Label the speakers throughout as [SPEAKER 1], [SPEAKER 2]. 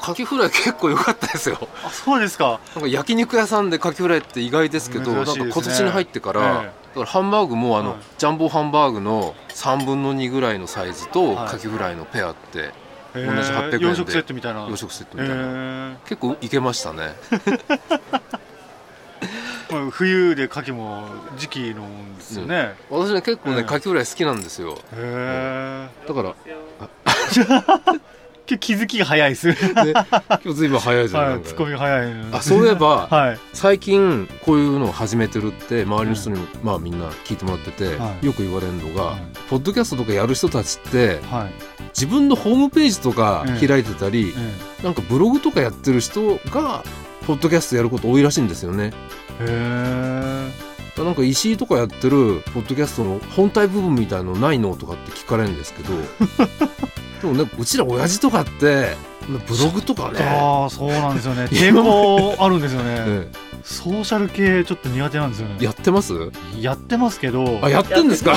[SPEAKER 1] カキフライ結構良かったですよ
[SPEAKER 2] あそうですか
[SPEAKER 1] なんか焼肉屋さんでカキフライって意外ですけど
[SPEAKER 2] 珍しいですね
[SPEAKER 1] なんか今年に入ってから,、
[SPEAKER 2] ええ
[SPEAKER 1] だからハンバーグもあの、
[SPEAKER 2] はい
[SPEAKER 1] ジャンボハンバーグの3分の2ぐらいのサイズと
[SPEAKER 2] はい
[SPEAKER 1] カキフライのペアって
[SPEAKER 2] 同
[SPEAKER 1] じ800円で
[SPEAKER 2] 洋食セットみたいな
[SPEAKER 1] 洋食セットみたいな、
[SPEAKER 2] へ
[SPEAKER 1] 結構いけましたね
[SPEAKER 2] えまあ冬で牡蠣も時期のもんですよね、
[SPEAKER 1] 私ね結構ね、
[SPEAKER 2] ええ
[SPEAKER 1] カキフライ好きなんですよ
[SPEAKER 2] へえ
[SPEAKER 1] だ から、ね、
[SPEAKER 2] 今日気づきが早いですね
[SPEAKER 1] 今日随分早いじゃん
[SPEAKER 2] は
[SPEAKER 1] ない んか
[SPEAKER 2] ツッコミが早いの
[SPEAKER 1] あそういえば
[SPEAKER 2] はい
[SPEAKER 1] 最近こういうのを始めてるって周りの人にも、まあみんな聞いてもらってて、
[SPEAKER 2] はい
[SPEAKER 1] よく言われるのが、
[SPEAKER 2] はい
[SPEAKER 1] ポッドキャストとかやる人たちって
[SPEAKER 2] はい、
[SPEAKER 1] 自分のホームページとか開いてたり、
[SPEAKER 2] え
[SPEAKER 1] なんかブログとかやってる人がポッドキャストやること多いらしいんですよね。
[SPEAKER 2] えへえ
[SPEAKER 1] なんか石井とかやってるポッドキャストの本体部分みたいのないのとかって聞かれるん ですけどでもねうちら親父とかってブログとかね
[SPEAKER 2] ああそうなんですよ ね抵抗あるんですよね
[SPEAKER 1] ね
[SPEAKER 2] ソーシャル系ちょっと苦手なんですよね
[SPEAKER 1] やってます
[SPEAKER 2] やってますけど
[SPEAKER 1] あやってんですか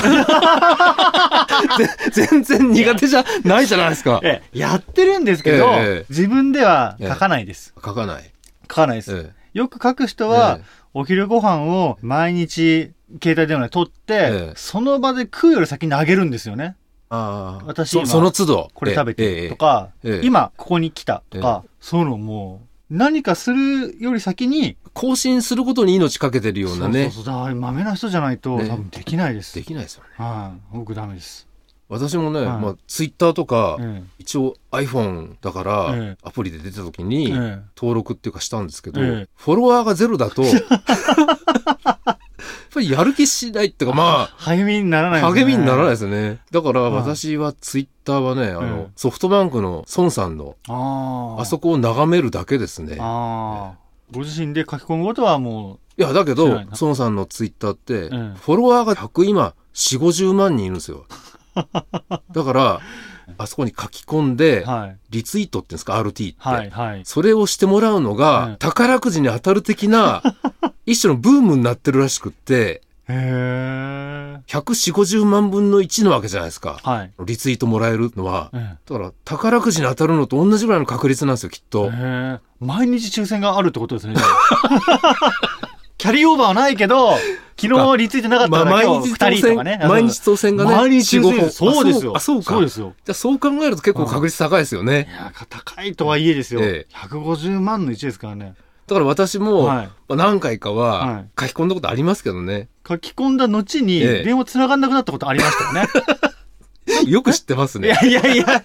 [SPEAKER 1] ぜ全然苦手じゃないじゃないですか
[SPEAKER 2] ええやってるんですけど、
[SPEAKER 1] ええええ
[SPEAKER 2] 自分では書かないです、
[SPEAKER 1] 書かない、
[SPEAKER 2] 書かないです、
[SPEAKER 1] え
[SPEAKER 2] よく書く人
[SPEAKER 1] え
[SPEAKER 2] は、
[SPEAKER 1] え
[SPEAKER 2] お昼ご飯を毎日携帯電話で撮って、
[SPEAKER 1] ええ
[SPEAKER 2] その場で食うより先にあげるんですよね
[SPEAKER 1] あー
[SPEAKER 2] 私
[SPEAKER 1] そ
[SPEAKER 2] 今
[SPEAKER 1] その都度
[SPEAKER 2] これ食
[SPEAKER 1] ええ
[SPEAKER 2] べ
[SPEAKER 1] え
[SPEAKER 2] て
[SPEAKER 1] え
[SPEAKER 2] とか、
[SPEAKER 1] ええ
[SPEAKER 2] 今ここに来たとか、そういうのもう何かするより先に
[SPEAKER 1] 更新することに命かけてるようなね
[SPEAKER 2] そうそうそうだから豆な人じゃないと、
[SPEAKER 1] ね
[SPEAKER 2] 多分できないです
[SPEAKER 1] できないですよね
[SPEAKER 2] はい、僕ダメです。
[SPEAKER 1] 私もね、
[SPEAKER 2] はい
[SPEAKER 1] まあ、ツイッターとか、
[SPEAKER 2] え
[SPEAKER 1] 一応 iPhone だから、
[SPEAKER 2] ええ
[SPEAKER 1] アプリで出た時
[SPEAKER 2] え
[SPEAKER 1] に、
[SPEAKER 2] え
[SPEAKER 1] 登録っていうかしたんですけど、
[SPEAKER 2] ええ
[SPEAKER 1] フォロワーがゼロ だとやっぱりやる気しないっていうかまあ
[SPEAKER 2] 励みにならないですね、
[SPEAKER 1] 励みにならない
[SPEAKER 2] い。
[SPEAKER 1] ですね。だから
[SPEAKER 2] はい
[SPEAKER 1] 私はツイッターはね、あ
[SPEAKER 2] え
[SPEAKER 1] の
[SPEAKER 2] え、
[SPEAKER 1] ソフトバンクの孫さんの、
[SPEAKER 2] ああ。
[SPEAKER 1] あそこを眺めるだけですね。
[SPEAKER 2] ああ。ご自身で書き込むことはも
[SPEAKER 1] いや、だけ
[SPEAKER 2] 知ら
[SPEAKER 1] ど
[SPEAKER 2] ないな、
[SPEAKER 1] 孫さんのツイッターって、
[SPEAKER 2] ええ
[SPEAKER 1] フォロワーが100今、4、50万人いるんです よ。だから、あそこに書き込ん
[SPEAKER 2] う、
[SPEAKER 1] で、
[SPEAKER 2] はい、
[SPEAKER 1] リツイートっていうんですか、RT って。
[SPEAKER 2] はい、はい。
[SPEAKER 1] それをしてもらうのが、
[SPEAKER 2] うん
[SPEAKER 1] 宝くじに当たる的 な、一種のブームになってるらしくって、
[SPEAKER 2] へえ。
[SPEAKER 1] 140、50万分の1のわけじゃないですか。
[SPEAKER 2] はい。
[SPEAKER 1] リツイートもらえるのは。
[SPEAKER 2] ええ
[SPEAKER 1] だから、宝くじに当たるのと同じぐらいの確率なんですよ、きっと。
[SPEAKER 2] へえ。毎日抽選があるってことですね。じゃあ キャリーオーバーはないけど、昨日リツイートなかった
[SPEAKER 1] まあ、
[SPEAKER 2] か
[SPEAKER 1] 毎
[SPEAKER 2] ら、今日
[SPEAKER 1] 日
[SPEAKER 2] 2
[SPEAKER 1] 当
[SPEAKER 2] 人とかね
[SPEAKER 1] 選、。毎日当選
[SPEAKER 2] あ
[SPEAKER 1] が
[SPEAKER 2] そう
[SPEAKER 1] ね、
[SPEAKER 2] 毎日抽
[SPEAKER 1] 4-5
[SPEAKER 2] 選。
[SPEAKER 1] 本
[SPEAKER 2] そうですよ。
[SPEAKER 1] あ、そうあそう
[SPEAKER 2] そうで
[SPEAKER 1] か。
[SPEAKER 2] すよ。
[SPEAKER 1] じゃあそう考えると結構確率高いですよ
[SPEAKER 2] い
[SPEAKER 1] ね。
[SPEAKER 2] や、高いとはいえですよ。
[SPEAKER 1] ええ
[SPEAKER 2] 150万の1ですからね。
[SPEAKER 1] だから私も、
[SPEAKER 2] はい
[SPEAKER 1] まあ何回か
[SPEAKER 2] は
[SPEAKER 1] はい書き込んだことありますけどね。
[SPEAKER 2] 書き込んだ後に、
[SPEAKER 1] ええ
[SPEAKER 2] 電話繋がんなくなったことありましたよね。
[SPEAKER 1] よく知ってます
[SPEAKER 2] い
[SPEAKER 1] ね。
[SPEAKER 2] やいやいや。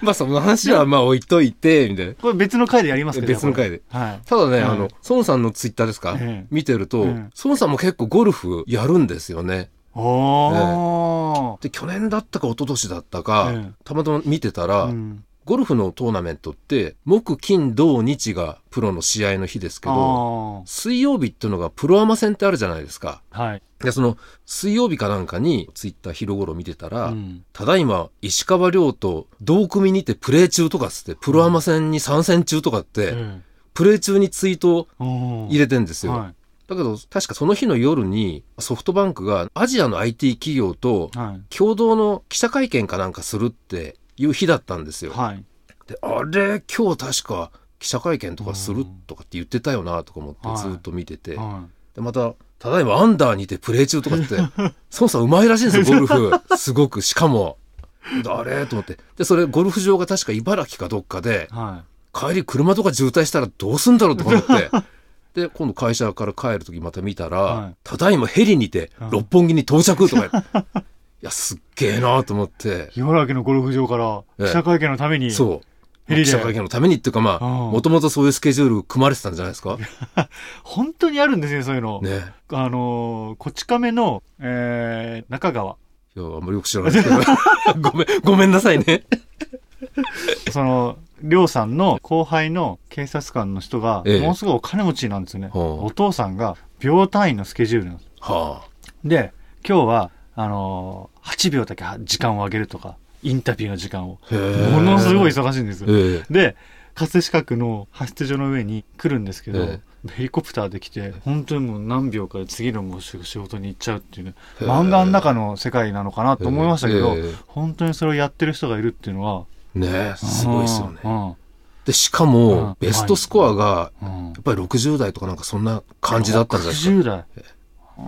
[SPEAKER 1] まあその話はまあ置いといて、みたいな。
[SPEAKER 2] これ別の回でやりますけど、ね、
[SPEAKER 1] 別の回で
[SPEAKER 2] これ。はい。
[SPEAKER 1] ただね、
[SPEAKER 2] うん
[SPEAKER 1] あの、孫さんのツイッターですか、
[SPEAKER 2] ええ
[SPEAKER 1] 見てると、
[SPEAKER 2] うん
[SPEAKER 1] 孫さんも結構ゴルフやるんですよね。
[SPEAKER 2] おー。
[SPEAKER 1] で、去年だったか一昨年だったか、
[SPEAKER 2] ええ
[SPEAKER 1] たまたま見てたら、
[SPEAKER 2] うん
[SPEAKER 1] ゴルフのトーナメントって、木、金、土、日がプロの試合の日ですけど、
[SPEAKER 2] あ
[SPEAKER 1] 水曜日っていうのがプロアマ戦ってあるじゃないですか。
[SPEAKER 2] ーはい。
[SPEAKER 1] で、その、水曜日かなんかに、ツイッター昼頃見てたら、
[SPEAKER 2] うん
[SPEAKER 1] ただいま、石川亮と同組にてプレー中とかっつって、プロアマ戦に参戦中とかって、
[SPEAKER 2] え
[SPEAKER 1] プレー中にツイート
[SPEAKER 2] えおー
[SPEAKER 1] 入れてんですよ。
[SPEAKER 2] は
[SPEAKER 1] だけど、確かその日の夜に、ソフトバンクがアジアの IT 企業と
[SPEAKER 2] い。はい。
[SPEAKER 1] 共同の記者会見かなんかするっていう日だったんですよ。
[SPEAKER 2] はい。
[SPEAKER 1] で、あれ、今日確か記者会見とかするとかって言ってたよなとか思って
[SPEAKER 2] はい
[SPEAKER 1] ずっと見てて。
[SPEAKER 2] は
[SPEAKER 1] で、また、ただいまアンダーにてプレー中とかっ て、孫さん上手いらしいんですよ、ゴルフ。すごく。しかも。であれと思って。で、それ、ゴルフ場が確か茨城かどっかで
[SPEAKER 2] い。、は
[SPEAKER 1] 帰り車とか渋滞したらどうすんだろうとか思 って。で、今度会社から帰るときまた見たら、
[SPEAKER 2] はい
[SPEAKER 1] ただいまヘリにて
[SPEAKER 2] うん
[SPEAKER 1] 六本木に到着とか。 いや、すっげえなと思って
[SPEAKER 2] い。。茨城のゴルフ場から、
[SPEAKER 1] ええ
[SPEAKER 2] 記者会見のために。う。
[SPEAKER 1] そう。
[SPEAKER 2] ヘリで
[SPEAKER 1] 記者会見のためにっていうかまあ、
[SPEAKER 2] うん
[SPEAKER 1] もともとそういうスケジュール組まれてたんじゃないですか。ね。
[SPEAKER 2] 本当にあるんですね、そういうの。あのー、こち亀の、えー、中川。
[SPEAKER 1] いや、あんまりよく知らないですけ ど。ごめん、ごめんなさいね。
[SPEAKER 2] その、りょうさんの後輩の警察官の人が、
[SPEAKER 1] ええ
[SPEAKER 2] ものすごいお金持ちなんですよね。
[SPEAKER 1] はあ
[SPEAKER 2] お父さんが、秒単位のスケジュールなんです。
[SPEAKER 1] はあ。
[SPEAKER 2] で、今日は、あのー8秒だけは時間を上げるとか、インタビューの時間を。
[SPEAKER 1] へえ
[SPEAKER 2] ものすごい忙しいんですよ。
[SPEAKER 1] ええ
[SPEAKER 2] で、葛飾区の発出所の上に来るんですけど、
[SPEAKER 1] え
[SPEAKER 2] ヘリコプターで来て、本当にもう何秒かで次のもう仕事に行っちゃうっていうね、
[SPEAKER 1] へえ
[SPEAKER 2] 漫画の中の世界なのかなと思いましたけど、
[SPEAKER 1] ええ
[SPEAKER 2] 本当にそれをやってる人がいるっていうのは、
[SPEAKER 1] ねすごいですよね。
[SPEAKER 2] ね。
[SPEAKER 1] で、しか
[SPEAKER 2] うん
[SPEAKER 1] も、ベストスコアが、
[SPEAKER 2] うん
[SPEAKER 1] やっぱり60代とかなんかそんな感じだったんじゃないですか。
[SPEAKER 2] 60代。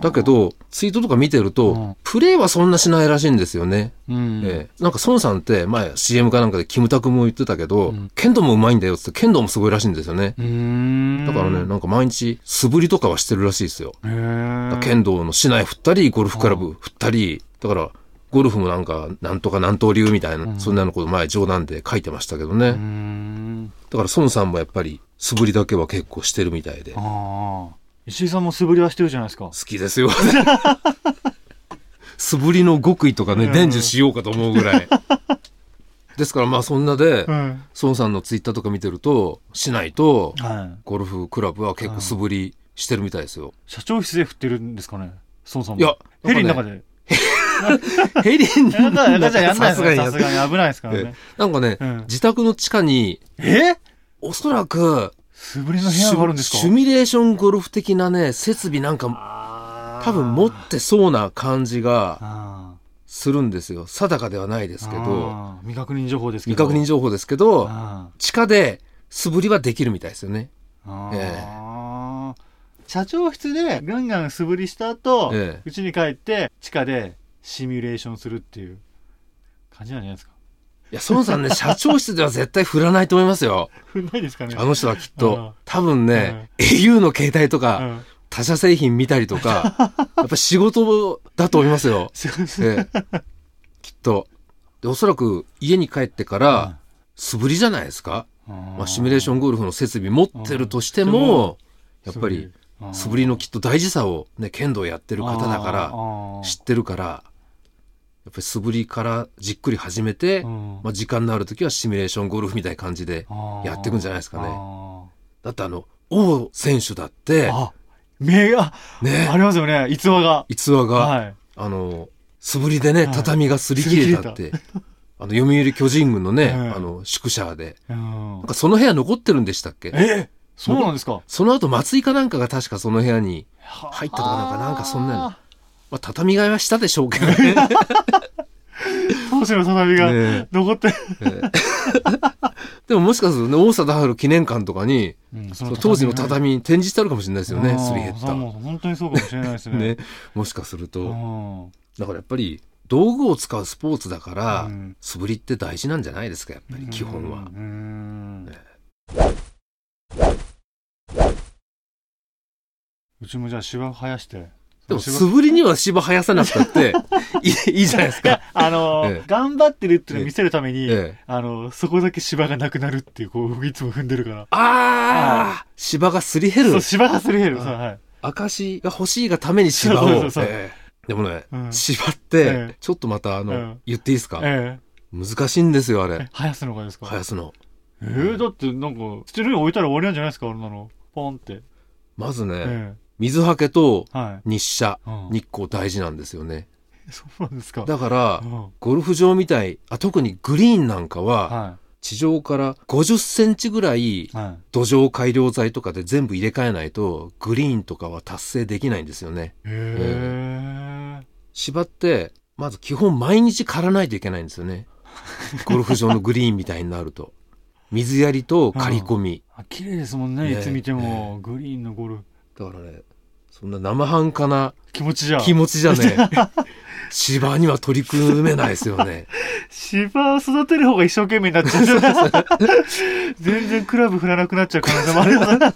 [SPEAKER 1] だけど、ツイートとか見てる
[SPEAKER 2] う
[SPEAKER 1] と
[SPEAKER 2] ん、
[SPEAKER 1] プレーはそんなしないらしいんですよね。
[SPEAKER 2] うん。
[SPEAKER 1] ええなんか孫さんって前 CM かなんかでキムタクも言ってたけど、
[SPEAKER 2] うん
[SPEAKER 1] 剣道もうまいんだよっつって剣道もすごいらしいんですよね。
[SPEAKER 2] うーん。
[SPEAKER 1] だからね、なんか毎日素振りとかはしてるらしいですよ。
[SPEAKER 2] へえ。
[SPEAKER 1] 剣道の市内振ったり、ゴルフクラブ振ったり、だからゴルフもなんかなんとか南東流みたいな、
[SPEAKER 2] うん
[SPEAKER 1] そんなのこと前冗談で書いてましたけど
[SPEAKER 2] うー
[SPEAKER 1] ね。
[SPEAKER 2] ん。
[SPEAKER 1] だから孫さんもやっぱり素振りだけは結構してるみたいで。好
[SPEAKER 2] ああ。石井さんも素振りはしてるじゃないですか。
[SPEAKER 1] きですよ。 素振りの極意とかね、伝授しようかと思うぐ らい。ですからまあそんなで、
[SPEAKER 2] うん。
[SPEAKER 1] 孫さんのツイッターとか見てると、市内と
[SPEAKER 2] はい。
[SPEAKER 1] ゴルフクラブは結構素振りしてるみたいですよ。
[SPEAKER 2] 社長室で振ってるんですかね孫さんも。
[SPEAKER 1] いや
[SPEAKER 2] ヘリの中で。
[SPEAKER 1] ヘリに
[SPEAKER 2] やん ない、やんない、やんな
[SPEAKER 1] さ
[SPEAKER 2] い。
[SPEAKER 1] すがにや
[SPEAKER 2] さ
[SPEAKER 1] ん
[SPEAKER 2] す
[SPEAKER 1] な
[SPEAKER 2] がに危ないですから
[SPEAKER 1] い
[SPEAKER 2] ね。
[SPEAKER 1] なんかね、
[SPEAKER 2] うん
[SPEAKER 1] 自宅の地下に、
[SPEAKER 2] え
[SPEAKER 1] おそらく、
[SPEAKER 2] 素振りの部
[SPEAKER 1] シ
[SPEAKER 2] 屋があるん
[SPEAKER 1] ュ
[SPEAKER 2] ですか
[SPEAKER 1] シュミュレーションゴルフ的なね、設備なんか多分持ってそうな感じが
[SPEAKER 2] あ
[SPEAKER 1] するんですよ。定かではないで
[SPEAKER 2] ー
[SPEAKER 1] すけど、
[SPEAKER 2] あー未確認情報ですけ
[SPEAKER 1] 未
[SPEAKER 2] ど。
[SPEAKER 1] 確認
[SPEAKER 2] 情
[SPEAKER 1] 情報ですけど、
[SPEAKER 2] 報。
[SPEAKER 1] 地下で素振りはできるみたいですよね。
[SPEAKER 2] あ
[SPEAKER 1] え
[SPEAKER 2] あ社長室でガンガン素振りした後
[SPEAKER 1] ええ、
[SPEAKER 2] うちに帰って地下でシミュレーションするっていう感じなんじゃないですか。
[SPEAKER 1] いや、孫さんね、社長室では絶対振らないと思いますよ。
[SPEAKER 2] ふんないですかね。
[SPEAKER 1] あの人はきっ
[SPEAKER 2] うん
[SPEAKER 1] と、多分ね、au の携帯とか、
[SPEAKER 2] うん。
[SPEAKER 1] 他社製品見たりとか、やっぱ仕事だと思いますよ
[SPEAKER 2] そうです
[SPEAKER 1] ええ、きっと。で、おそらく家に帰ってから、素振りじゃないですか。まあ、シミュレーションゴルフの設備持ってるとしても、やっぱり素振りのきっと大事さをね、剣道やってる方だから、
[SPEAKER 2] ら
[SPEAKER 1] 知ってるから、やっぱり素振りからじっくり始めて、まあ、時間のある時はシミュレーションゴルフみたいな感じで。やっていくんじゃないですかね
[SPEAKER 2] ね。
[SPEAKER 1] だってあの、王選手だって、
[SPEAKER 2] あ、名あ、
[SPEAKER 1] ね
[SPEAKER 2] あ、りますよね、逸 話が。
[SPEAKER 1] 逸話が、
[SPEAKER 2] はい。
[SPEAKER 1] あの、素振りでね、
[SPEAKER 2] はい
[SPEAKER 1] 畳が擦り切れたって、あの、読売巨人軍のね、
[SPEAKER 2] はい
[SPEAKER 1] あの、宿舎で、
[SPEAKER 2] うん
[SPEAKER 1] なんかその部屋残ってるんでしたっけ
[SPEAKER 2] えそうなんですか
[SPEAKER 1] その後、松井かなんかが確かその部屋に、
[SPEAKER 2] 入
[SPEAKER 1] ったとかなんかなんかそんなのまあ、畳替えはしたでしょうけどね。
[SPEAKER 2] 当時の畳が
[SPEAKER 1] ね
[SPEAKER 2] 残ってる。
[SPEAKER 1] ええ でももしかするとね、大貞治記念館とかに、
[SPEAKER 2] うん
[SPEAKER 1] その当時の畳に展示してあるかもしれないですよね、すり減っ
[SPEAKER 2] それはもう
[SPEAKER 1] た。
[SPEAKER 2] 本当にそうかもしれないですね。
[SPEAKER 1] ね、もしかする
[SPEAKER 2] う
[SPEAKER 1] と。
[SPEAKER 2] ん。
[SPEAKER 1] だからやっぱり、道具を使うスポーツだから
[SPEAKER 2] うん、
[SPEAKER 1] 素振りって大事なんじゃないですか、やっぱり、基本は
[SPEAKER 2] う。ん。うちもじゃあ芝生生やして。
[SPEAKER 1] でも
[SPEAKER 2] 芝
[SPEAKER 1] 素振りには芝生やさなくたって、 いいいいじゃないです
[SPEAKER 2] いや
[SPEAKER 1] か。、
[SPEAKER 2] あの ー
[SPEAKER 1] ええ
[SPEAKER 2] 頑張ってるっていうのを見せるために、
[SPEAKER 1] ええ、
[SPEAKER 2] あのーそこだけ芝がなくなるっていう、こう、いつも踏んでるから。
[SPEAKER 1] ああ芝がすり減
[SPEAKER 2] そ
[SPEAKER 1] る
[SPEAKER 2] う、。芝がすり減る。
[SPEAKER 1] あ
[SPEAKER 2] そうはい。
[SPEAKER 1] 証が欲しいがために芝を。
[SPEAKER 2] そうそうそうそう
[SPEAKER 1] ええでもね、
[SPEAKER 2] うん
[SPEAKER 1] 芝っ
[SPEAKER 2] ええ
[SPEAKER 1] て、ちょっとまたあの、
[SPEAKER 2] ええ
[SPEAKER 1] 言っていいですか、
[SPEAKER 2] え
[SPEAKER 1] 難しいんですよ、あ
[SPEAKER 2] ええ
[SPEAKER 1] れ。
[SPEAKER 2] 生やすのがですか
[SPEAKER 1] 生やすの。
[SPEAKER 2] えー、だってなんか、捨てるに置いたら終わりなんじゃないですか、あれなの。ポンって。
[SPEAKER 1] まずね、
[SPEAKER 2] え
[SPEAKER 1] 水はけと
[SPEAKER 2] えはい。
[SPEAKER 1] 日射、
[SPEAKER 2] うん
[SPEAKER 1] 日光大事なんですよね。
[SPEAKER 2] そうなんですか。
[SPEAKER 1] だから
[SPEAKER 2] う、ん
[SPEAKER 1] ゴルフ場みたい、あ特にグリーンなんかは、
[SPEAKER 2] は
[SPEAKER 1] 地上から50センチぐらい
[SPEAKER 2] い。は
[SPEAKER 1] 土壌改良剤とかで全部入れ替えないとグリーンとかは達成できないんですよね
[SPEAKER 2] い。へえ。
[SPEAKER 1] 芝ってまず基本毎日刈らないといけないんですよ ねゴルフ場のグリーンみたいになると水やりと刈り込み、
[SPEAKER 2] あ綺麗ですもんね、
[SPEAKER 1] ね
[SPEAKER 2] いつ見ても。グリーンのゴルフ。
[SPEAKER 1] だからねそんな生半可な
[SPEAKER 2] 気持ちじゃ。
[SPEAKER 1] 気持ちじゃ ね芝には取り組めないですよね
[SPEAKER 2] 芝育てる方が一生懸命になっちゃう。 全然クラブ振らなくなっちゃう可能性もありますね。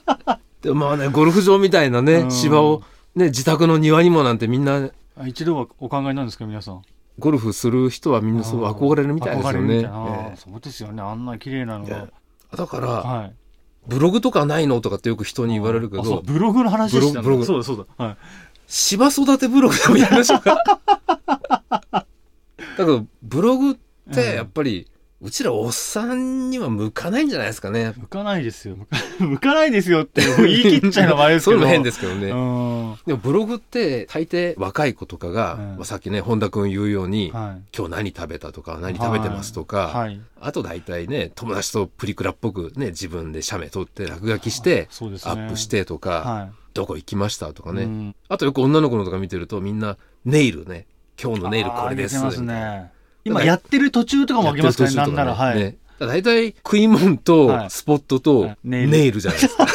[SPEAKER 1] でまあねゴルフ場みたいな
[SPEAKER 2] う
[SPEAKER 1] ね
[SPEAKER 2] ん
[SPEAKER 1] 芝をね自宅の庭にもなんてみんな
[SPEAKER 2] あ一度はお考えなんですか、皆さん。
[SPEAKER 1] ゴルフする人はみんなそう憧れるみたいですよ
[SPEAKER 2] 憧れる
[SPEAKER 1] ね
[SPEAKER 2] みたいな
[SPEAKER 1] え
[SPEAKER 2] そうですよね、あんな綺麗なの
[SPEAKER 1] え
[SPEAKER 2] が。
[SPEAKER 1] えだから、
[SPEAKER 2] はい。
[SPEAKER 1] ブログとかないのとかってよく人に言われるけ
[SPEAKER 2] あそう
[SPEAKER 1] ど、
[SPEAKER 2] ブログの話でしたね。
[SPEAKER 1] ブログブログ
[SPEAKER 2] そうだそうだ。はい。
[SPEAKER 1] 芝育てブログでもやりましょうか。だけど、ブログってやっぱり、うちらおっさんには向かないんじゃないですかね。
[SPEAKER 2] 向かないですよ。向か向かないですよって言い切っちゃうのもあれです
[SPEAKER 1] そ
[SPEAKER 2] け
[SPEAKER 1] うい
[SPEAKER 2] ど。
[SPEAKER 1] うの変ですすけど
[SPEAKER 2] ね。
[SPEAKER 1] ね。
[SPEAKER 2] ん。は
[SPEAKER 1] でもブログって大抵若い子とかが、
[SPEAKER 2] うん
[SPEAKER 1] まあ、さっきね、本田君言うように、
[SPEAKER 2] い。
[SPEAKER 1] 今日何食べたとか、何食べてますとか、
[SPEAKER 2] はい。
[SPEAKER 1] あと大体ね、友達とプリクラっぽくね、自分で写メ撮って落書きして、
[SPEAKER 2] そうですね。
[SPEAKER 1] アップし。てとか、
[SPEAKER 2] は
[SPEAKER 1] どこ行きましたと
[SPEAKER 2] い。
[SPEAKER 1] かね、
[SPEAKER 2] うん
[SPEAKER 1] あとよく女の子のとか見てるとみんなネイルね。今日のネイルこれです。
[SPEAKER 2] あー上げてますね。今やってる途中とかもあげますからね、なんなら。はい。
[SPEAKER 1] ね大体、食い物
[SPEAKER 2] はい
[SPEAKER 1] と、スポットと、
[SPEAKER 2] はいネ
[SPEAKER 1] ネ
[SPEAKER 2] イル
[SPEAKER 1] イルじゃないですか。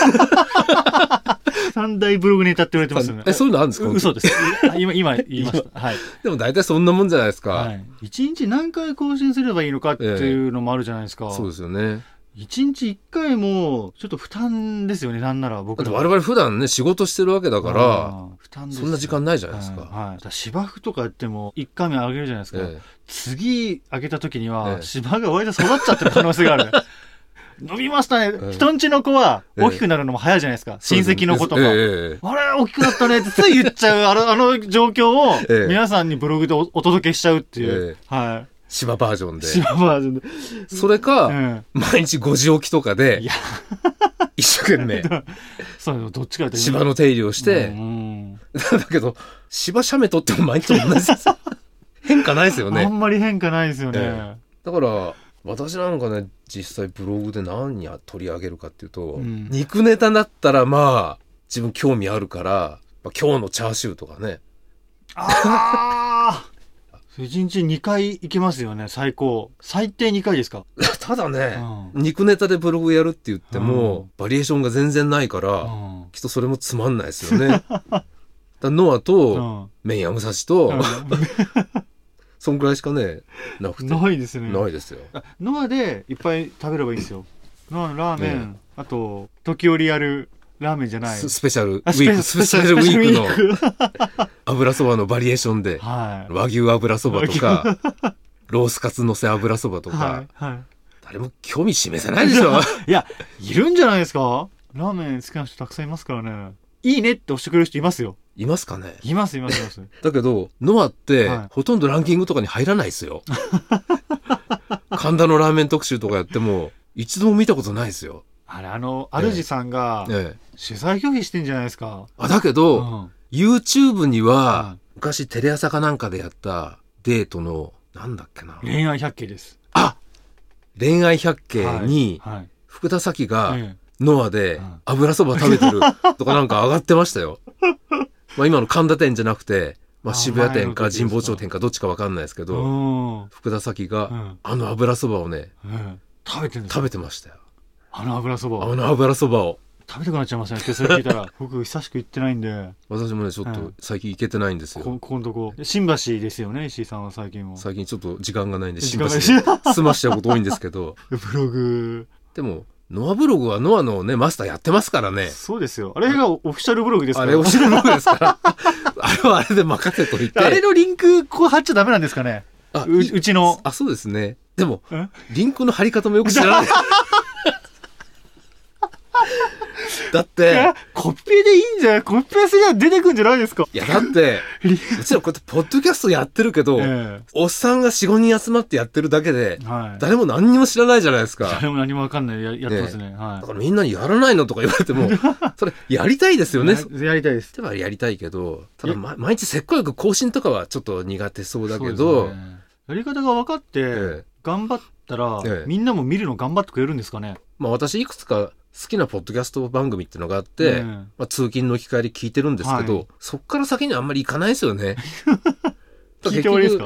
[SPEAKER 2] 三大ブログネタって言われてますよね。
[SPEAKER 1] え、そういうのあるんですか
[SPEAKER 2] う嘘です。あ今、今言いました。はい。
[SPEAKER 1] でも大体そんなもんじゃないです
[SPEAKER 2] は
[SPEAKER 1] か。
[SPEAKER 2] い。一日何回更新すればいいのかっていうのもあるじゃないですか。
[SPEAKER 1] そうですよね。
[SPEAKER 2] 一日一回も、ちょっと負担ですよね、なんなら
[SPEAKER 1] だ
[SPEAKER 2] 僕
[SPEAKER 1] って
[SPEAKER 2] ら。
[SPEAKER 1] 我々普段ね、仕事してるわけだか
[SPEAKER 2] うん、負担
[SPEAKER 1] ら、
[SPEAKER 2] です
[SPEAKER 1] そんな時間な
[SPEAKER 2] ない
[SPEAKER 1] いじゃないです
[SPEAKER 2] はい。
[SPEAKER 1] か。
[SPEAKER 2] はいだから芝生とかやっても、一回目上げるじゃないですか。
[SPEAKER 1] え
[SPEAKER 2] 次上げた時に
[SPEAKER 1] え
[SPEAKER 2] は、
[SPEAKER 1] え
[SPEAKER 2] 芝が割と育っちゃってる可能性が ある。伸びましたね。
[SPEAKER 1] ええ
[SPEAKER 2] 人んちの子は、
[SPEAKER 1] ええ
[SPEAKER 2] 大きくなるのも早いじゃないですか。
[SPEAKER 1] え
[SPEAKER 2] 親戚の子とか。
[SPEAKER 1] ええええ
[SPEAKER 2] あれ、大きくなったねってつい言っちゃう、あの、あの状況を
[SPEAKER 1] ええ、
[SPEAKER 2] 皆さんにブログでおお届けしちゃうっていう。
[SPEAKER 1] え
[SPEAKER 2] は
[SPEAKER 1] 芝バージョン
[SPEAKER 2] い。
[SPEAKER 1] で。
[SPEAKER 2] 芝バージョンで。
[SPEAKER 1] それ
[SPEAKER 2] う
[SPEAKER 1] か、
[SPEAKER 2] ん。
[SPEAKER 1] 毎日5時起きとかで
[SPEAKER 2] いや、
[SPEAKER 1] 一生 懸命、
[SPEAKER 2] そう、どっちかって
[SPEAKER 1] 芝の手入れをし
[SPEAKER 2] う
[SPEAKER 1] て、
[SPEAKER 2] ん
[SPEAKER 1] だけど、芝写メ撮っても毎日同じ です。変化ないですよ
[SPEAKER 2] あ
[SPEAKER 1] ね。
[SPEAKER 2] んまり変化ないですよね。
[SPEAKER 1] えだから、私なんかね、実際ブログで何や取り上げるかっていうと、
[SPEAKER 2] うん
[SPEAKER 1] 肉ネタだったらまあ、自分興味あるから、まあ今日のチャーシューとかね。
[SPEAKER 2] ああ一日2回行けますよね、最高。最低2回ですか。
[SPEAKER 1] ただね、
[SPEAKER 2] う
[SPEAKER 1] 肉ネタでブログやるって言っても、
[SPEAKER 2] うん
[SPEAKER 1] バリエーションが全然ないから、
[SPEAKER 2] うん
[SPEAKER 1] きっとそれもつまんないですよ ね。だからノアと、
[SPEAKER 2] うん
[SPEAKER 1] 麺や武蔵と、そんくらいしかね、なくて。な
[SPEAKER 2] ないですね。
[SPEAKER 1] いですよ。
[SPEAKER 2] あノアでいっぱい食べればいいんですよ。ノアのラーメン、
[SPEAKER 1] え
[SPEAKER 2] あと、時折やるラーメンじゃない。
[SPEAKER 1] ススペシャルウィ
[SPEAKER 2] あスペ
[SPEAKER 1] ーク、スペシャルウィークの
[SPEAKER 2] スペシャルウィーク
[SPEAKER 1] 油そばのバリエーションで、
[SPEAKER 2] はい。
[SPEAKER 1] 和牛油そばとか、ロースカツ乗せ油そばとか、
[SPEAKER 2] はい。は
[SPEAKER 1] 誰も興味示せないでし ょ。
[SPEAKER 2] い。いや、いるんじゃないですかラーメン好きな人たくさんいますからね。いいねって押してくれる人いますよ。
[SPEAKER 1] いますかね
[SPEAKER 2] います、います、います。
[SPEAKER 1] だけど、ノアって、
[SPEAKER 2] はい
[SPEAKER 1] ほとんどランキングとかに入らないです よ。神田のラーメン特集とかやっても、一度も見たことないですよ。
[SPEAKER 2] あれ、あの、主さんが、
[SPEAKER 1] ええ。
[SPEAKER 2] 取材拒否してんじゃないですか。
[SPEAKER 1] あ、だけ
[SPEAKER 2] う
[SPEAKER 1] ど、
[SPEAKER 2] ん。
[SPEAKER 1] YouTube に
[SPEAKER 2] う
[SPEAKER 1] は
[SPEAKER 2] ん、
[SPEAKER 1] 昔テレ朝かなんかでやったデートの、なんだっけな。
[SPEAKER 2] 恋愛百景です。
[SPEAKER 1] あ恋愛百景に、
[SPEAKER 2] はい。
[SPEAKER 1] 福田咲
[SPEAKER 2] は
[SPEAKER 1] が
[SPEAKER 2] いえ
[SPEAKER 1] ノアで
[SPEAKER 2] うん
[SPEAKER 1] 油そば食べてるとかなんか上がってましたよ。 まあ今の神田店じゃなくて、まあ
[SPEAKER 2] あ
[SPEAKER 1] 渋谷店
[SPEAKER 2] 前の
[SPEAKER 1] か
[SPEAKER 2] 時ですか
[SPEAKER 1] 神保町店かどっちかわかんないですけ
[SPEAKER 2] えう
[SPEAKER 1] ど、
[SPEAKER 2] ん。うん。
[SPEAKER 1] 福田咲があの油そばをね、
[SPEAKER 2] うん食べてるんで
[SPEAKER 1] 食
[SPEAKER 2] すか
[SPEAKER 1] べてましたよ。
[SPEAKER 2] あの油そば
[SPEAKER 1] あ。の油そばを。
[SPEAKER 2] 食べたくなっちゃいましたねってそれ聞い たら僕久しく行ってないんで
[SPEAKER 1] 私もね、ちょっ
[SPEAKER 2] う
[SPEAKER 1] と
[SPEAKER 2] ん
[SPEAKER 1] 最近行けてないんです
[SPEAKER 2] こ
[SPEAKER 1] よ。
[SPEAKER 2] ここのとこ新橋ですよね石井さんは最近も
[SPEAKER 1] 最近ちょっと時間がないんで、
[SPEAKER 2] 時
[SPEAKER 1] 心
[SPEAKER 2] 間
[SPEAKER 1] 配
[SPEAKER 2] がない
[SPEAKER 1] し て済ましちゃうこと多いんですけど、
[SPEAKER 2] ブログ
[SPEAKER 1] でも、ノアブログはノアのね、マスターやってますからね。
[SPEAKER 2] そうですよあれがオフィシャルブログですか
[SPEAKER 1] あ
[SPEAKER 2] ら
[SPEAKER 1] れ、お城の方ですから。 あれはあれで任せといて。
[SPEAKER 2] あれのリンクこう貼っちゃダメなんですかね
[SPEAKER 1] あ
[SPEAKER 2] う
[SPEAKER 1] い
[SPEAKER 2] うちの
[SPEAKER 1] あ、そうですね。でも、
[SPEAKER 2] ん
[SPEAKER 1] リンクの貼り方もよく知 らない。だっ
[SPEAKER 2] いや
[SPEAKER 1] て、
[SPEAKER 2] コピペでいいんじゃないコピペすりゃ出てくんじゃないですか
[SPEAKER 1] いや、だって、うちらこうやってポッドキャストやってるけど、
[SPEAKER 2] え
[SPEAKER 1] おっさんが4、5人集まってやってるだけで
[SPEAKER 2] え、はい
[SPEAKER 1] 誰も何にも知らないじゃないですか。
[SPEAKER 2] 誰も何もわかんないややってますねは
[SPEAKER 1] だからみんなにやらないのとか言われ ても、それ、やりたいです
[SPEAKER 2] い
[SPEAKER 1] よね。
[SPEAKER 2] ややりたいです
[SPEAKER 1] ではやりたいけど、ただ、ま、毎日せっこよく更新とかはちょっと苦手そうだけ
[SPEAKER 2] そう
[SPEAKER 1] ど、
[SPEAKER 2] ですねやり方が分かって、
[SPEAKER 1] ええ
[SPEAKER 2] 頑張ったら、
[SPEAKER 1] ええ
[SPEAKER 2] みんなも見るの頑張ってくれるんですかね
[SPEAKER 1] まあ私いくつか好きなポッドキャスト番組っていうのがあって、
[SPEAKER 2] ええ
[SPEAKER 1] まあ、通勤の行き帰り聞いてるんですけど、
[SPEAKER 2] はい
[SPEAKER 1] そっから先にあんまり行かないですよ ね。だ
[SPEAKER 2] 聞いて終わりですか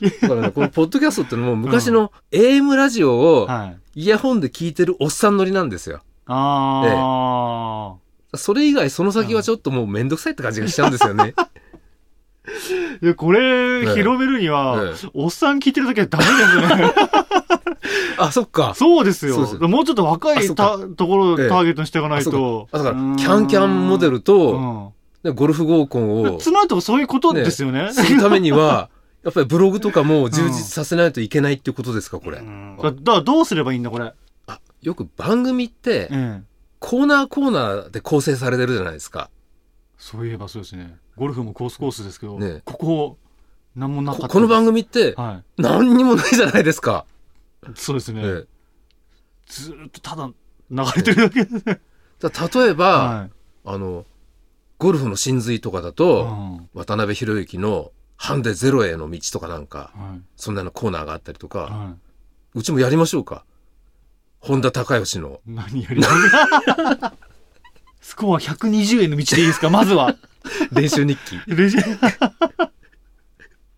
[SPEAKER 1] 結局ええだからね、このポッドキャストってのも昔の AM ラジオを
[SPEAKER 2] はい
[SPEAKER 1] イヤホンで聞いてるおっさん乗りなんですよ。
[SPEAKER 2] あ
[SPEAKER 1] それ以外その先はちょっともうめんどくさいって感じがしちゃうんですよね。
[SPEAKER 2] あ、いやこれ、
[SPEAKER 1] ええ
[SPEAKER 2] 広めるに は、
[SPEAKER 1] え
[SPEAKER 2] おっさん聞いてるだけはダメですね。
[SPEAKER 1] あ、そっか。
[SPEAKER 2] そうです
[SPEAKER 1] そう
[SPEAKER 2] よ。
[SPEAKER 1] です
[SPEAKER 2] もうちょっと若
[SPEAKER 1] あ
[SPEAKER 2] い
[SPEAKER 1] そっか
[SPEAKER 2] たところをタ
[SPEAKER 1] ええ
[SPEAKER 2] ーゲットにしていかな
[SPEAKER 1] あ
[SPEAKER 2] い
[SPEAKER 1] そっ
[SPEAKER 2] と。
[SPEAKER 1] かあだか
[SPEAKER 2] うー
[SPEAKER 1] ら、
[SPEAKER 2] ん
[SPEAKER 1] キャンキャンモデルと、
[SPEAKER 2] う
[SPEAKER 1] ねゴルフ合コン
[SPEAKER 2] ん。
[SPEAKER 1] を
[SPEAKER 2] つまりとそういうことですよね。
[SPEAKER 1] するためには、やっぱりブログとかも充実させないといけないっていうことですか、これ
[SPEAKER 2] う。ん だだからどうすればいいんだ、これ。
[SPEAKER 1] あ、よく番組って、
[SPEAKER 2] うん
[SPEAKER 1] コーナーコーナーで構成されてるじゃないですか。
[SPEAKER 2] そういえばそうですね。ゴルフもコースコースですけど
[SPEAKER 1] ね、
[SPEAKER 2] ここ、なんもなかっ
[SPEAKER 1] こ
[SPEAKER 2] た。
[SPEAKER 1] この番組って
[SPEAKER 2] は
[SPEAKER 1] 何にもないじゃないですか。
[SPEAKER 2] い。そうですね。
[SPEAKER 1] ええ
[SPEAKER 2] ずーっとただ流れてるだけですね。
[SPEAKER 1] だから例えば、
[SPEAKER 2] は
[SPEAKER 1] あの、ゴルフの真髄とかだ
[SPEAKER 2] い。う
[SPEAKER 1] と、
[SPEAKER 2] ん
[SPEAKER 1] 渡辺博之のハンデゼロへの道とかなんか、
[SPEAKER 2] はい
[SPEAKER 1] そんなのコーナーがあったりとか、
[SPEAKER 2] は
[SPEAKER 1] うちもやりましょうか。本田隆義 の。
[SPEAKER 2] い。何やりたいスコア120円の道でいいですかまずは。
[SPEAKER 1] 練習日記。
[SPEAKER 2] レジレ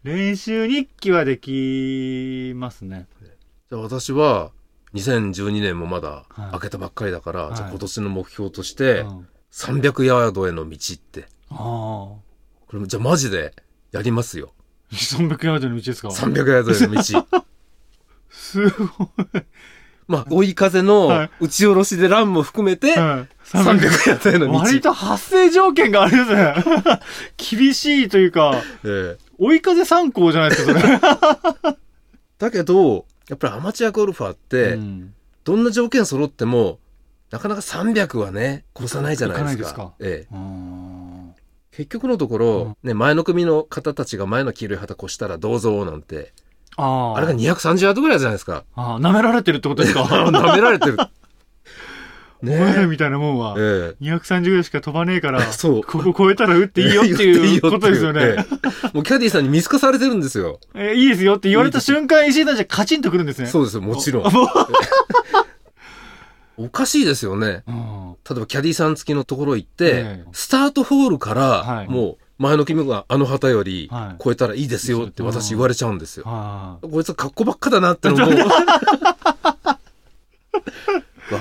[SPEAKER 2] 練習日記はできますね。
[SPEAKER 1] じゃあ私は、2012年もまだ
[SPEAKER 2] はい
[SPEAKER 1] 開けたばっかりだから、
[SPEAKER 2] はい
[SPEAKER 1] じゃあ今年の目標とし
[SPEAKER 2] う
[SPEAKER 1] て、
[SPEAKER 2] ん、
[SPEAKER 1] 300ヤードへの道って。
[SPEAKER 2] ああ。
[SPEAKER 1] これも、じゃあマジでやりますよ。
[SPEAKER 2] 300ヤードの道ですか
[SPEAKER 1] 300ヤードへ の道。
[SPEAKER 2] すごい。
[SPEAKER 1] まあ、追い風
[SPEAKER 2] は
[SPEAKER 1] の
[SPEAKER 2] い
[SPEAKER 1] 打ち下ろしでランも含めて、
[SPEAKER 2] うん
[SPEAKER 1] 300ヤードへの道。
[SPEAKER 2] 割と発生条件があれです ね。厳しいというか、
[SPEAKER 1] ええ
[SPEAKER 2] 追い風参考じゃないですか、それ。
[SPEAKER 1] だけど、やっぱりアマチュアゴルファーって、
[SPEAKER 2] うん
[SPEAKER 1] どんな条件揃っても、なかなか300はね、越さないじゃないですか。
[SPEAKER 2] いかない
[SPEAKER 1] ええ、
[SPEAKER 2] うん
[SPEAKER 1] 結局のところ、ね、前の組の方たちが前の黄色い旗越したらどうぞ、なんて。
[SPEAKER 2] あ
[SPEAKER 1] あれが
[SPEAKER 2] ー
[SPEAKER 1] 230ヤードぐらいじゃないですか。
[SPEAKER 2] あー、舐められてるってことですか
[SPEAKER 1] 舐められてる。
[SPEAKER 2] お前ら
[SPEAKER 1] ね
[SPEAKER 2] みたいなもんは、
[SPEAKER 1] え。
[SPEAKER 2] 230ぐらいしか飛ばねえから、
[SPEAKER 1] そう
[SPEAKER 2] ここ超えたら打っていいよっていうことですよね。。
[SPEAKER 1] もうキャディーさんに見透かされてるんですよ。
[SPEAKER 2] えいいですよって言われた瞬間、石井たちはカチンとくるんですね。
[SPEAKER 1] そうですよ、もちろん。おかしいですよね。
[SPEAKER 2] うん。
[SPEAKER 1] 例えばキャディーさん付きのところ行って
[SPEAKER 2] ええ、
[SPEAKER 1] スタートホールか
[SPEAKER 2] は
[SPEAKER 1] ら、
[SPEAKER 2] い
[SPEAKER 1] もう前の君があの旗より
[SPEAKER 2] はい
[SPEAKER 1] 超えたらいいですよって私言われちゃうんですよ。
[SPEAKER 2] あ
[SPEAKER 1] こいつは格好ばっかだなっての も。わ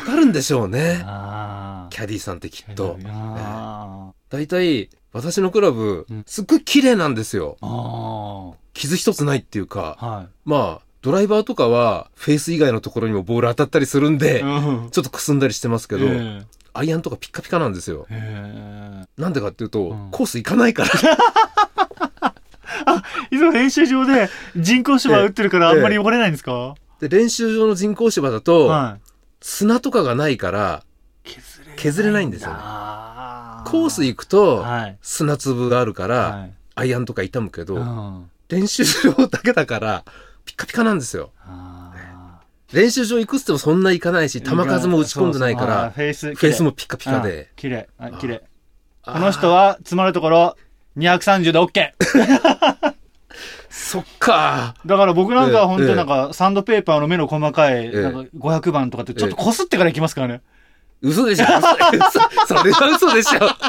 [SPEAKER 1] かるんでしょう
[SPEAKER 2] ー
[SPEAKER 1] ね。
[SPEAKER 2] あー。
[SPEAKER 1] キャディーさんってきっと。
[SPEAKER 2] あ
[SPEAKER 1] 大体、私のクラブ
[SPEAKER 2] うん、
[SPEAKER 1] すっごい綺麗なんですよ。
[SPEAKER 2] ーあ
[SPEAKER 1] 傷一つないっていうか、
[SPEAKER 2] ー。はい。
[SPEAKER 1] まあ、ドライバーとかは、フェイス以外のところにもボール当たったりするんで、
[SPEAKER 2] うん
[SPEAKER 1] ちょっとくすんだりしてますけど、
[SPEAKER 2] え
[SPEAKER 1] アイアンとかピッカピカなんですよ
[SPEAKER 2] え。へ
[SPEAKER 1] なんでかっていうと、
[SPEAKER 2] うん
[SPEAKER 1] コース行かないから。
[SPEAKER 2] えいつも練習場で人工芝打ってるからあんまり汚れないんですか、
[SPEAKER 1] で、練習場の人工芝だと、
[SPEAKER 2] はい。
[SPEAKER 1] 砂とかがないから、
[SPEAKER 2] 削れ
[SPEAKER 1] 削れないんですよね
[SPEAKER 2] あ
[SPEAKER 1] コース
[SPEAKER 2] 行
[SPEAKER 1] 行くと、
[SPEAKER 2] はい。
[SPEAKER 1] 砂粒があるから、
[SPEAKER 2] はい。
[SPEAKER 1] アイアンとか痛むけど、
[SPEAKER 2] うん
[SPEAKER 1] 練習場だけだから、ピッカピカなんですよ。
[SPEAKER 2] あ
[SPEAKER 1] 練習場行くっつってもそんな行かないし、
[SPEAKER 2] ー
[SPEAKER 1] 球数も打ち込んでないか
[SPEAKER 2] あー
[SPEAKER 1] ら、
[SPEAKER 2] フェイス、
[SPEAKER 1] フェイスもピッカピ
[SPEAKER 2] 綺麗
[SPEAKER 1] カで。。
[SPEAKER 2] 綺麗。あ綺麗。
[SPEAKER 1] あー
[SPEAKER 2] この人は、詰まるところ、230で OK!
[SPEAKER 1] そっか
[SPEAKER 2] だから僕なんかは本
[SPEAKER 1] え
[SPEAKER 2] 当
[SPEAKER 1] え
[SPEAKER 2] なんか、サンドペーパーの目の細かい、
[SPEAKER 1] え
[SPEAKER 2] なんか500番とかってちょっとこすってから行きますからね。
[SPEAKER 1] 嘘でしょ 嘘それは嘘でしょ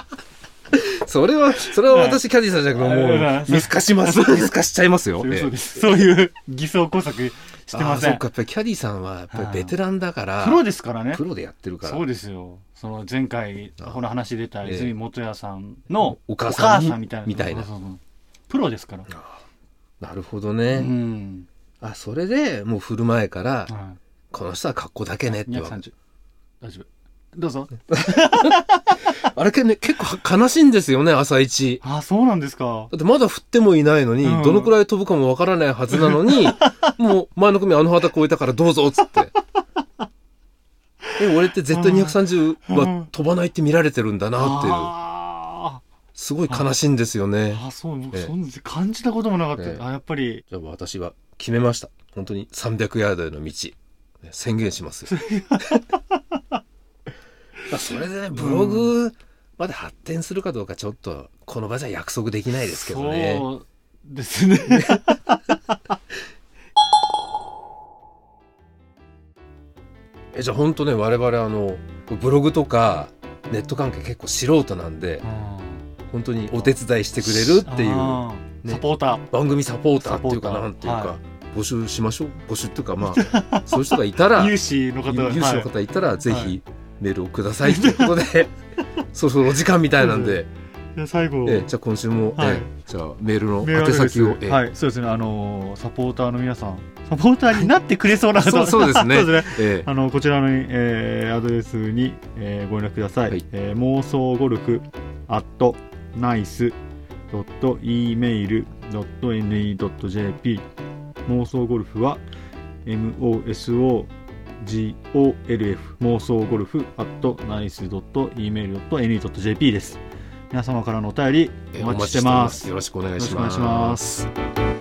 [SPEAKER 1] それは、それは私、キャディーさんじゃなくて、も
[SPEAKER 2] は
[SPEAKER 1] う
[SPEAKER 2] い、
[SPEAKER 1] 見透かし ます。見透かしちゃいますよ。
[SPEAKER 2] そういう
[SPEAKER 1] ええ
[SPEAKER 2] そうです。そういう偽装工作してませ
[SPEAKER 1] あーそ
[SPEAKER 2] ん
[SPEAKER 1] っ。か、やっぱりキャディーさんは、やっぱりベテランだから、
[SPEAKER 2] プロですからね
[SPEAKER 1] プ。ロでやってるから
[SPEAKER 2] そう。ですよ。その前回、
[SPEAKER 1] あ
[SPEAKER 2] この話出た
[SPEAKER 1] ええ
[SPEAKER 2] 泉元也さんの
[SPEAKER 1] お母さんに
[SPEAKER 2] みたいな。
[SPEAKER 1] みたいな
[SPEAKER 2] そうそうそうプロですから。
[SPEAKER 1] なるほど
[SPEAKER 2] う
[SPEAKER 1] ね。
[SPEAKER 2] ん。
[SPEAKER 1] あ、それでもう振る前から、
[SPEAKER 2] は
[SPEAKER 1] この人は格好だけねっ
[SPEAKER 2] い。
[SPEAKER 1] てわかる
[SPEAKER 2] 230。大丈夫。どうぞ。
[SPEAKER 1] あれけね、結構悲しいんですよね、朝一。
[SPEAKER 2] あ、そうなんですか。
[SPEAKER 1] だってまだ振ってもいないのに、
[SPEAKER 2] うん
[SPEAKER 1] どのくらい飛ぶかもわからないはずなの に、もう前の組あの旗超えたからどうぞっつって。え、俺って絶対230は飛ばないって見られてるんだなっていう、
[SPEAKER 2] あ
[SPEAKER 1] すごい悲しいんですよ
[SPEAKER 2] ー
[SPEAKER 1] ね。
[SPEAKER 2] あ、そう、僕、
[SPEAKER 1] ええ
[SPEAKER 2] そんな感じたこともなかっ
[SPEAKER 1] ええ
[SPEAKER 2] た。あ、やっぱり、
[SPEAKER 1] じゃあ私は決めました。本当に300ヤードへの道。ね宣言します よ。まあそれでね、ブログまで発展するかどうかちょっと、この場じゃ約束できないですけどね。
[SPEAKER 2] そうで すね。
[SPEAKER 1] えじゃあ本当ね我々あのこうブログとかネット関係結構素人なんで本当にお手伝いしてくれるっていう
[SPEAKER 2] あー
[SPEAKER 1] ね
[SPEAKER 2] サポーター。
[SPEAKER 1] 番組サポーターっていうか
[SPEAKER 2] サポーター
[SPEAKER 1] なんていうか、
[SPEAKER 2] は
[SPEAKER 1] 募集しましょう募集っていうかまあ そういう人がいたら
[SPEAKER 2] 有志の方
[SPEAKER 1] 有有志の
[SPEAKER 2] はい
[SPEAKER 1] 方いたらぜ
[SPEAKER 2] は
[SPEAKER 1] ひ
[SPEAKER 2] い
[SPEAKER 1] メールをくださいということで、 そろそろお時間みたいなんで、
[SPEAKER 2] じゃあ最後、
[SPEAKER 1] えじゃあ今週も、
[SPEAKER 2] はい
[SPEAKER 1] えじゃあメールの
[SPEAKER 2] メール
[SPEAKER 1] 宛
[SPEAKER 2] アドレス
[SPEAKER 1] 先を、え
[SPEAKER 2] はい、そうですね、あのーサポーターの皆さん、サポーターになってくれそうな方、
[SPEAKER 1] そうそうですね
[SPEAKER 2] そうですね
[SPEAKER 1] え
[SPEAKER 2] あのこちらの、えーアドレスに、えーご連絡ください。
[SPEAKER 1] はい
[SPEAKER 2] えー妄想ゴルフ at nice email ne jp 妄想ゴルフは moso golf 妄想ゴルフ at nice email ne jp です。皆様からのお便り
[SPEAKER 1] え
[SPEAKER 2] お待ちしてます。
[SPEAKER 1] よろしくお願
[SPEAKER 2] よ
[SPEAKER 1] い
[SPEAKER 2] ろし
[SPEAKER 1] し
[SPEAKER 2] くお願
[SPEAKER 1] ま
[SPEAKER 2] いし
[SPEAKER 1] す
[SPEAKER 2] ます。